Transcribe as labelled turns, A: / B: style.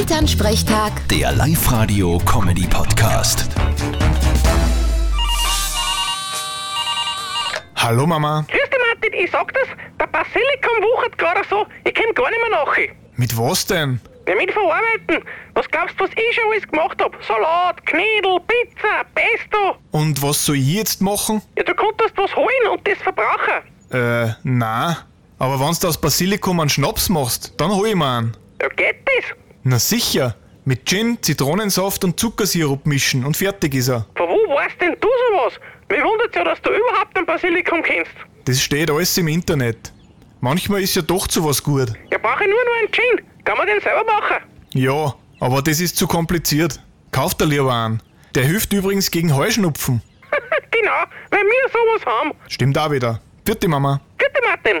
A: Elternsprechtag,
B: Der Live-Radio-Comedy-Podcast.
C: Hallo Mama,
D: Grüß dich, Martin, ich sag das, der Basilikum wuchert gerade so, ich komm gar nicht mehr nach.
C: mit was denn?
D: Ja, mit verarbeiten. Was glaubst du, was ich schon alles gemacht hab? Salat, Knödel, Pizza, Pesto.
C: Und was soll ich jetzt machen?
D: Ja, du konntest was holen und das verbrauchen.
C: Äh, na. Aber wenn du aus Basilikum einen Schnaps machst, dann hol ich mir einen.
D: Ja, geht das?
C: Na sicher, mit Gin, Zitronensaft und Zuckersirup mischen und fertig ist er.
D: Von wo weißt denn du sowas? Mir wundert's ja, dass du überhaupt ein Basilikum kennst.
C: Das steht alles im Internet. Manchmal ist ja doch zu was gut.
D: Ja, brauche ich nur noch einen Gin. Kann man den selber machen?
C: Ja, aber das ist zu kompliziert. Kauf dir lieber einen. Der hilft übrigens gegen Heuschnupfen.
D: genau, weil wir sowas haben.
C: Stimmt auch wieder. Vierte Mama.
D: Bitte, Martin.